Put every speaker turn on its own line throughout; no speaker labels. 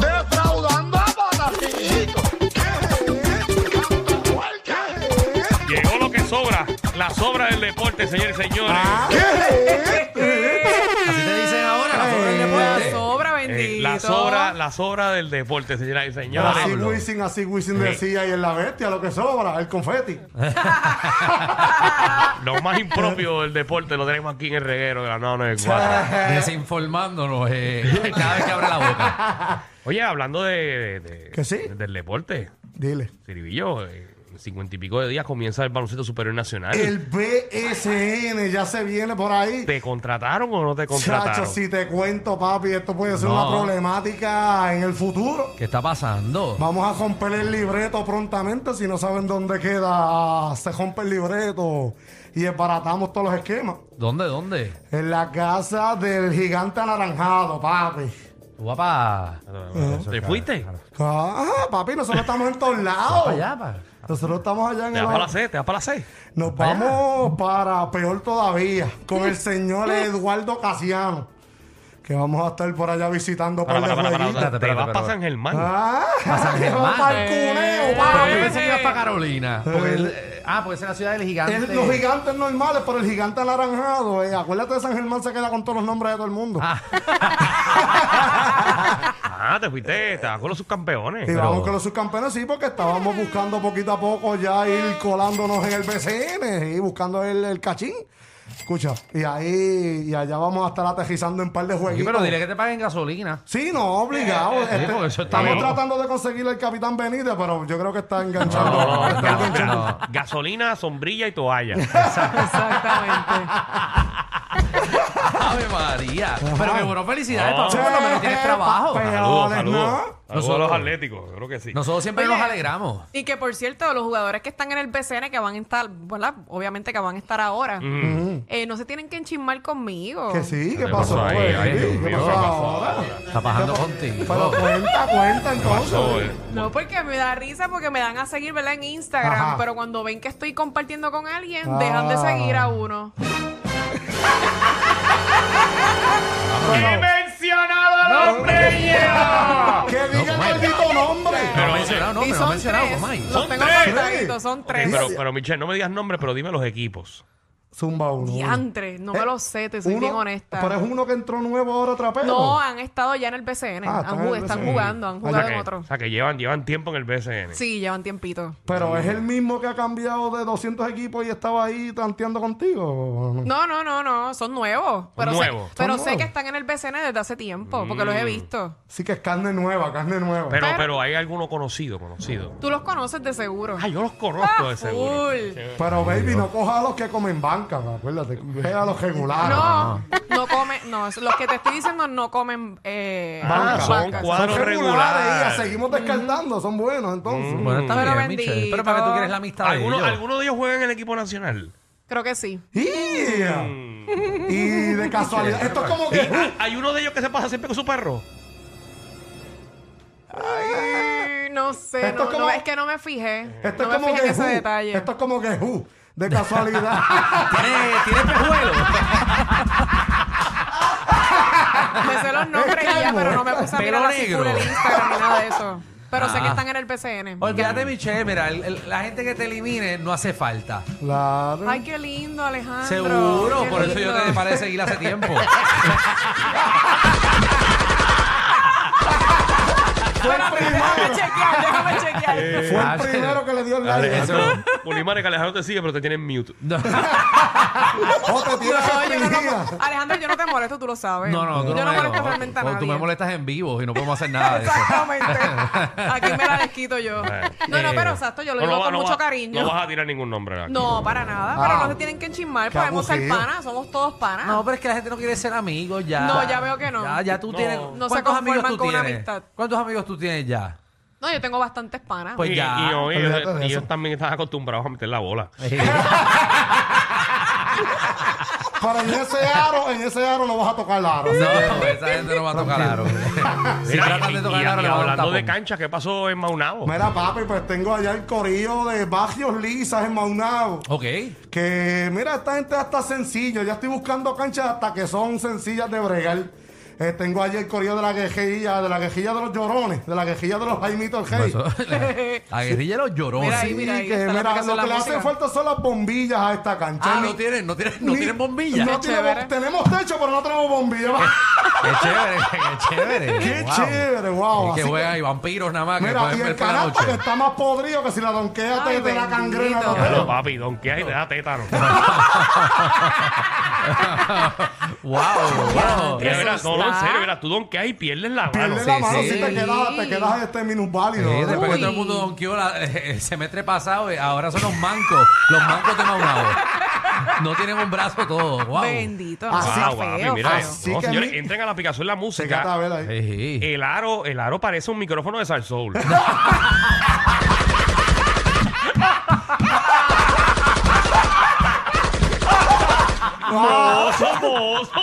defraudando a Patacito. ¿Qué
Llegó lo que sobra, la sobra del deporte, señores y señores.
Ah. Así te dicen ahora, la sobra del
La
deporte.
sobra,
Eh,
bendito.
la sobra, la sobra del deporte, señoras y
Así
señores.
Wisin, así Wisin decía, y en la bestia lo que sobra, el confeti.
Lo más impropio del deporte lo tenemos aquí en el reguero de la 994.
Desinformándonos eh, cada vez que abre la boca.
Oye, hablando de, de- de-
¿Que sí?
del deporte,
Dile.
Siribillo, eh, en cincuenta y pico de días comienza el baloncesto superior nacional.
El BSN ya se viene por ahí.
¿Te contrataron o no te
Chacho,
contrataron?
si te cuento, papi, esto puede ser
No.
una problemática en el futuro.
¿Qué está pasando?
Vamos a romper el libreto prontamente. Si no saben dónde queda, se rompe el libreto y desbaratamos todos los esquemas.
¿Dónde, dónde?
En la casa del gigante anaranjado, papi.
Tú vas para...
¿Te fuiste?
Ah, papi, nosotros estamos en todos lados.
allá, pa.
Nosotros estamos allá en
¿Te
el.
vas para la C? ¿Te vas para la C?
Nos vamos para peor todavía, con el señor Eduardo Casiano, que vamos a estar por allá visitando
Para,
par de
para, para, para,
jueguitos.
para.
Espérate,
Te
espérate,
vas para
espérate.
San Germán.
Ah,
San
que vamos
Germán.
para el cuneo,
Ah, yo
papi.
pensé que ibas para Carolina. Porque el- eh, ah, porque esa es la ciudad del gigante.
El- los gigantes normales, pero el gigante anaranjado. eh. Acuérdate de San Germán, se queda con todos los nombres de todo el mundo.
Ah,
Ah, te fuiste, te vas con los subcampeones.
y vamos con los subcampeones, sí, porque estábamos buscando poquito a poco ya ir colándonos en el BCN y buscando el, el cachín. Escucha, y ahí y allá vamos a estar aterrizando en par de
sí,
jueguitos.
pero dile que te paguen gasolina.
Sí, no, obligado.
Eh,
Este,
porque eso está
estamos
bien.
tratando de conseguir al capitán Benítez, pero yo creo que está enganchando.
No,
está
no,
enganchando.
no. Gasolina, sombrilla y toalla.
Exactamente.
Ave María. Pero qué bueno, felicidades,
Ah.
papá. Por lo menos tienes trabajo.
Pero-
Saludos,
Peores,
saludos.
eh, ¿no?
Saludos a los atléticos, yo creo que sí.
Nosotros siempre
Oye.
nos alegramos.
Y que por cierto, los jugadores que están en el BCN que van a estar, ¿verdad? Obviamente que van a estar ahora, eh, no se tienen que enchismar conmigo.
Que sí,
¿Qué
¿qué pasó?
pasó ahí?
güey?
Ay, Dios
¿Qué
mío,
pasó
¿qué pasó
ahora?
ahora?
Está bajando contigo.
Pero cuenta, cuenta
Pasó,
entonces.
eh.
No, porque me da risa porque me dan a seguir, ¿verdad? En Instagram,
Ajá.
pero cuando ven que estoy compartiendo con alguien,
Ah.
dejan de seguir a uno.
¡He mencionado a los reyes!
Ah, Que diga el
Comay.
maldito nombre.
No
Pero-
ha mencionado
y
nombre, no ha
son
mencionado,
tres. Mm.
Comay.
Los
Son
tengo
tres.
anotaditos, son tres.
Pero, pero Michelle, no me digas nombres, pero dime los equipos.
Zumba uno.
Diantre, no me lo sé, te soy
Eh, Uno,
bien honesta.
Pero es uno que entró nuevo ahora trapero.
No, ah. han estado ya en el BCN.
Ah,
Han
están
ju-
en el
están
BCN.
jugando, han
O
O sea
jugado
que,
en
o
otro.
sea que llevan, llevan tiempo en el BCN.
Sí, llevan tiempito.
Pero es el mismo que ha cambiado de 200 equipos y estaba ahí tanteando contigo.
No, no, no, no, son nuevos. Pero,
nuevos.
Sé, pero
Son
sé
nuevos. Mm.
que están en el BCN desde hace tiempo, porque los he visto.
Sí que es carne nueva, carne nueva.
Pero,
Pero-
pero hay alguno conocido, conocido.
Tú los conoces de seguro.
Ah, yo los conozco de
Ah,
seguro.
full.
Pero, baby, no coja a los que comen banca, acuérdate. Coja a los regulares.
No, no comen, no, los que te estoy diciendo no comen eh,
Ah,
vacas.
son cuadros
regulares.
regulares.
ya, seguimos descartando, son buenos entonces.
Bueno, está
Pero
bien, Michelle.
bendito.
Pero para que tú quieres la amistad de
¿Alguno,
ellos.
alguno de ellos juega en el equipo nacional?
Creo que sí.
Yeah. Y de casualidad. Esto es como
¿Y
que.
hay- ¿Hay uno de ellos que se pasa siempre con su perro?
Ay, no sé,
Esto
no,
es como-
no, es que no me fijé.
Esto
no
es como
me fijé
que.
en ese
who.
detalle.
Esto es como que. who, De casualidad.
¿Tiene, tiene pejuelo?
Me sé los nombres
Es
y ya,
calvo.
pero no me puse a
Pelo
mirar la
negro.
circula en Instagram ni nada de eso. Pero sé que
Ah.
están en el PCN.
Olvídate, Michelle. Mira, el- el- la gente que te elimine no hace falta.
claro.
Ay, qué lindo, Alejandro.
Seguro,
Qué
por eso yo
lindo.
te paré de seguir hace tiempo.
Espérate, déjame chequear, déjame chequear.
Fue el primero que le dio el like.
Eso,
Culimares, que Alejandro te sigue, pero te tiene en mute.
No,
O Oh, te tienes
No,
que
yo no te
restringir.
mo- Alejandro, yo no te molesto, tú lo sabes.
no, no, tú
yo no,
no, me-
molesto realmente a
o
nadie.
tú me molestas en vivo y no podemos hacer nada Eh, de eso.
Exactamente. Aquí me la desquito yo. No, no, pero exacto, yo lo
No,
digo
no va-
con
no
mucho
va-
cariño.
No vas a tirar ningún nombre. aquí.
No, para nada.
Ah.
Pero no se tienen que enchismar.
Qué
Podemos ser
abusivo.
panas. Somos todos panas.
No, pero es que la gente no quiere ser amigos ya.
No, ya veo que no.
Ya, ya tú
No.
tienes.
No se
¿Cuántos amigos
conforman
tú
con una
tienes?
amistad.
¿Cuántos amigos tú tienes ya?
No, yo tengo bastantes panas.
Pues
Y,
ya.
y, hoy ellos-
Olvídate de
ellos
eso.
también están acostumbrados a meter la bola.
Pero en ese aro, en ese aro no vas a tocar el aro.
No, esa gente no va a tocar aro. si
Mira,
tratan
y-
de
y-
tocar
y
aro, le van a
hablando
dar
de
un tapón.
cancha, ¿qué pasó en Maunabo?
Mira, papi, pues tengo allá el corillo de Bajios Lisas en Maunao.
Ok.
Que mira, esta gente hasta sencillo. Ya estoy buscando canchas hasta que son sencillas de bregar. Eh, tengo allí el corillo de la quejilla, de la quejilla de los llorones, de la quejilla de los Jaimitos el Hey.
Eso- la guerrilla de los llorones.
Mira
Sí,
ahí, mira ahí.
que
está la
mira,
aplicación
lo
de
que le
la
hace
música.
falta son las bombillas a esta cancha.
Ah,
Ni-
no tienen, no tienen, no
ni-
tienen bombilla.
No
Qué
tenemos-
chévere.
tenemos techo, pero no tenemos bombilla.
Qué chévere, qué chévere.
Qué
Wow.
chévere, wow.
Y que
Así
juegan y vampiros nada más que
Mira,
pueden
y el
ver por la
canasto que
noche.
está más podrido que si la donquea te,
Ay,
te da
bendito.
cangrena. a los
Ya
dedos.
lo, papi, donquea y te da tétano.
wow, wow.
Mira, mira,
Eso
no, no, en
está.
serio, mira, tú donqueas y pierdes la mano.
Pierdes la
Ah, sí,
mano
sí.
si te quedas, te quedas este minusválido.
Sí, después que
Uy.
todo el mundo donqueó la- el semestre pasado, eh, ahora son los mancos. Los mancos de Maunao. No tienen un brazo todo. Wow. Ah,
Bendito.
Así-
está
Wow, papi,
feo,
mira,
feo.
así
no,
que a
señores,
mí-
entren a la aplicación la
Se cata a
música.
ver ahí.
Sí.
El aro, el aro parece un micrófono de Sal Soul. No, somos, somos.
Tú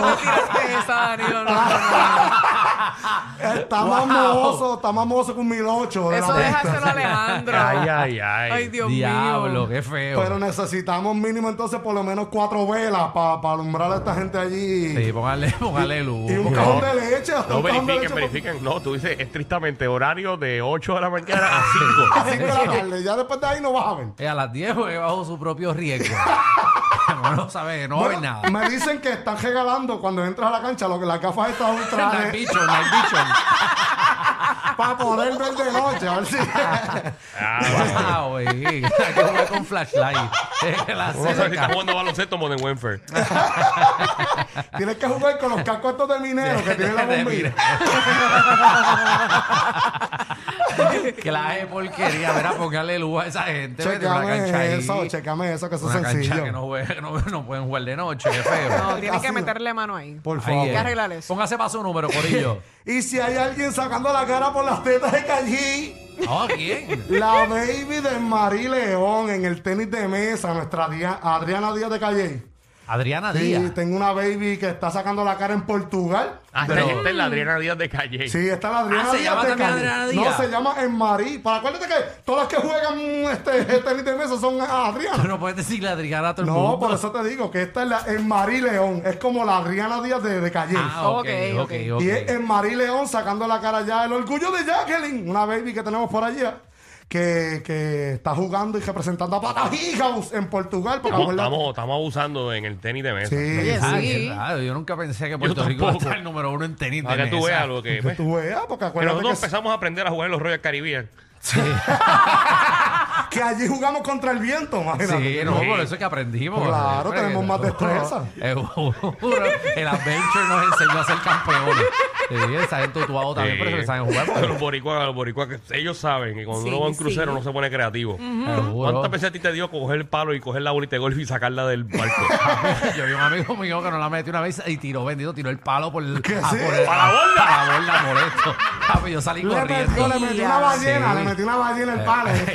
no te tiraste esa, Danilo. No, no, no, no.
Está más mohoso, está más mohoso que un 1008. de la
Eso
peste.
déjaselo a Alejandro.
Ay, ay, ay.
Ay, Dios
Diablo,
mío.
qué feo.
Pero necesitamos mínimo entonces por lo menos cuatro velas para alumbrar a esta gente allí.
Sí, póngale, póngale luz.
Y un
No.
cajón de leche, hasta
No
un cajón de
verifiquen,
leche.
verifiquen. No, tú dices estrictamente horario de 8 de la mañana a 5.
Así que la tarde, ya después de ahí no vas a ver.
Eh, a las 10 juega bajo su propio riesgo. no lo sabe, no
Bueno,
ve nada.
Me dicen que están regalando cuando entras a la cancha lo que las gafas estas
Night
ultra
vision, night vision.
para poder ver de noche. A ver si.
Ah,
Wow, güey. Hay que jugar con flashlight. Eh, la
Uno sabe si está
cerca.
jugando baloncesto o Modern Warfare.
Tienes que jugar con los cascos estos de minero que tienen la
De- de
bombilla.
que la de porquería, verá, póngale luz a esa gente. vete, una cancha
Checame
ahí.
eso, checame eso, que eso es
Una cancha
sencillo.
que no, juega- que no, no pueden jugar de noche, qué feo.
No, tienes que
Así.
meterle mano ahí.
Por
Ahí
favor.
es.
que arreglar eso.
Póngase para su número, Corillo.
Y si hay alguien sacando la cara por las tetas de Callí.
No, ¿quién?
La baby de Marí León en el tenis de mesa, nuestra Dia- Adriana Díaz de Calle.
Adriana
Sí,
Díaz.
tengo una baby que está sacando la cara en Portugal.
Ah,
Pero-
esta gente es la Adriana Díaz de Calle.
Sí, está la Adriana
Ah, ¿se
Díaz
llama
de
también
Calle.
Adriana Díaz?
No, se llama en Marí. Pero acuérdate que todas las que juegan este tenis de mesa son a
Tú
Adriana.
no puedes decirle Adriana a todo el mundo.
No, pues, por eso te digo que esta es la en Marí León. Es como la Adriana Díaz de, de Calle.
Ah, ok, ok,
Ok,
ok.
ok.
Y es en Marí León sacando la cara ya. El orgullo de Jacqueline, una baby que tenemos por allá. Que, que está jugando y representando a Patajigaus en Portugal. Porque
Estamos,
acuérdate-
estamos, estamos abusando en el tenis de mesa.
Sí,
Oye,
Ah,
sí.
qué raro, Yo nunca pensé que Puerto Rico iba a
tampoco.
estar el número uno en tenis de
Para que tú
mesa.
veas lo que.
que
pues,
tú veas, porque
que
acuérdate
nosotros
que,
empezamos a aprender a jugar en los Royal Caribbean.
que allí jugamos contra el viento,
Sí,
imagínate.
no,
Sí.
por eso es que aprendimos.
Claro,
Hombre,
tenemos más destreza.
Seguro. El Adventure nos enseñó a ser campeones. Sí, el sargento tuado también, por eso que saben jugar. pues,
A
porque-
Eh, los boricuas, a los boricuas, que ellos saben que cuando
Sí,
uno va a un
sí.
crucero no se pone creativo.
Seguro.
¿Cuántas veces a ti te dio coger el palo y coger la bolita de golf y sacarla del barco?
Ah,
Yo vi un amigo mío que no la metió una vez y tiró, bendito, tiró el palo por, el-
¿Qué
ah,
sí?
por el-
¿Para la borda?
Para la borda, molesto. Ah, pues yo salí
Le metió,
corriendo.
le metió una ballena,
Sí. Eh,
le metió una ballena el palo.
Sí,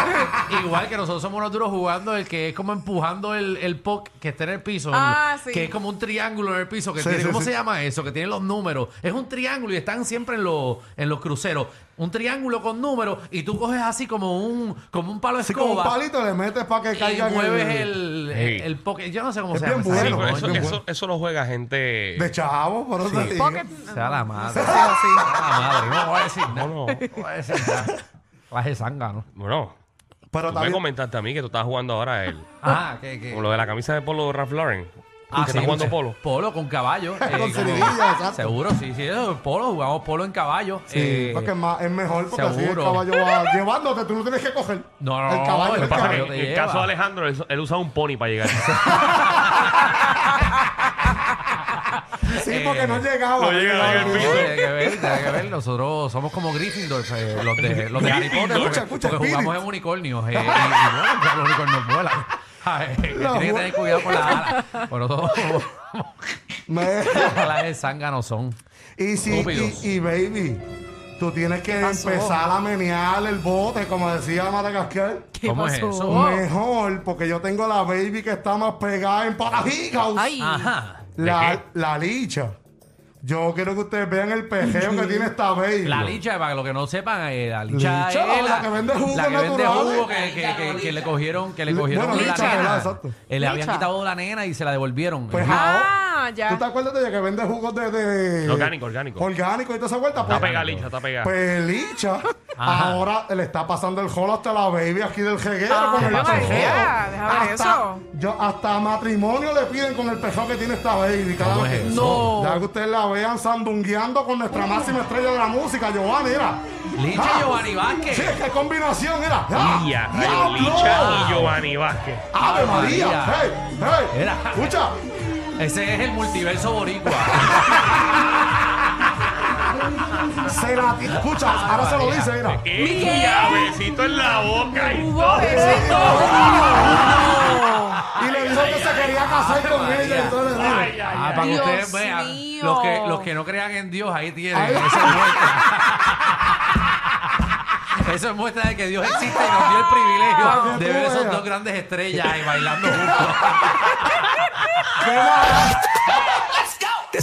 Igual que nosotros somos unos duros jugando el que es como empujando el, el puck que está en el piso.
Ah, sí.
Que es como un triángulo en el piso. Que
Sí,
tiene,
sí,
¿Cómo
sí.
se llama eso? Que tiene los números. Es un triángulo y están siempre en, los en los cruceros. Un triángulo con números y tú coges así como un, como un palo de
Así como un
escoba.
palito le metes para que
y
caiga en
mueves el, el,
Sí.
el puck. Yo no sé cómo
Es
se llama.
bien
esa
bueno, pues.
Sí, pero
cosa.
es
eso,
bien
eso- eso lo juega gente.
De chavo, por eso te digo.
Pocket.
Sea la madre.
Sí, sí.
Sea la madre. No voy a decir
No,
nada. No,
no.
voy a decir nada. Baje zángano.
Bueno,
Pero
tú me
también.
comentaste a mí que tú estabas jugando ahora el,
Ah, que, que.
con lo de la camisa de polo de Ralph Lauren. ¿Están Ah, jugando
pues,
polo?
Polo con caballo. eh,
Con
como-
cerilla, exacto.
Seguro, sí, sí. eh, Polo, jugamos polo en caballo. eh,
Porque es, más- es mejor porque así el
seguro.
caballo va llevándote, tú no tienes que coger.
No, no,
el caballo.
el
El
Pasa que
caballo.
Caballo
en
te
el
lleva.
caso de Alejandro, él, él usa un pony para llegar.
Sí, porque no llegaba.
Eh, no llegaba,
No,
en el piso.
tiene que ver, tiene que ver. Nosotros somos como Gryffindor, eh, los de, los de Harry Potter, porque,
Escucha, escucha,
porque jugamos
Spirit.
en unicornios. eh, y, y bueno, ya los unicornios vuelan. Ay,
No,
tienen que
bueno.
tener cuidado con las alas. Bueno, todos
Me-
las alas de sanga no son.
Y sí,
Estúpidos.
y, y baby, tú tienes que
pasó?
empezar a menear el bote, como decía Madagascar.
¿Qué
¿Cómo es
pasó?
eso?
Mejor, porque yo tengo la baby que está más pegada en Parajigaus.
Ay,
Ajá.
La, la licha. Yo quiero que ustedes vean el pejeo que tiene esta baby.
La licha, para los que no sepan, eh, la licha,
Licha,
es
la que vende jugo
la que vende
natural.
jugo que, que- que- que le cogieron, que le
Li-
cogieron
bueno,
la
licha,
nena.
¿verdad? Exacto.
Eh, le habían
Licha.
quitado la nena y se la devolvieron.
Pues
Ajá.
ah,
¿Tú te
ya.
acuerdas de ella que vende jugos de, de-
Orgánico, orgánico.
Orgánico y toda esa vuelta?
Está
Pues-
pegada, Licha, está pegada.
Pues licha,
Ajá.
ahora le está pasando el jolo hasta la baby aquí del jeguero
Ah,
con el
María,
pejeo.
deja ver
Hasta-
eso.
Yo, hasta matrimonio le piden con el pejeo que tiene esta baby. Cada
¿Cómo
vez
es
que-
eso?
Ya que ustedes la vean sandungueando con
Oh.
nuestra máxima estrella de la música, Giovanni, era.
Licha y Giovanni Vázquez.
Sí, qué combinación era. ¡Ah!
Licha,
¡Diablo!
Licha y Giovanni Vázquez.
¡Ave
Ave
María!
María.
¡Hey! ¡Hey!
Era.
¡Escucha!
Ese es el multiverso boricua.
Se la ti- Escucha, ahora se lo
María.
dice, mira.
¡Qué llavecito en la boca! y
Hubo
todo.
besito.
Y le dijo que se quería casar con
María.
ella. Entonces, mira.
Ay, ay,
Ah, para que
Dios
ustedes vean.
mío.
Los que, los que no crean en Dios, ahí tienen.
Ay.
Eso es muestra. Eso es muestra de que Dios existe y nos dio el privilegio
Para que
de ver
tú
esas
veas.
dos grandes estrellas ahí bailando juntos.
Te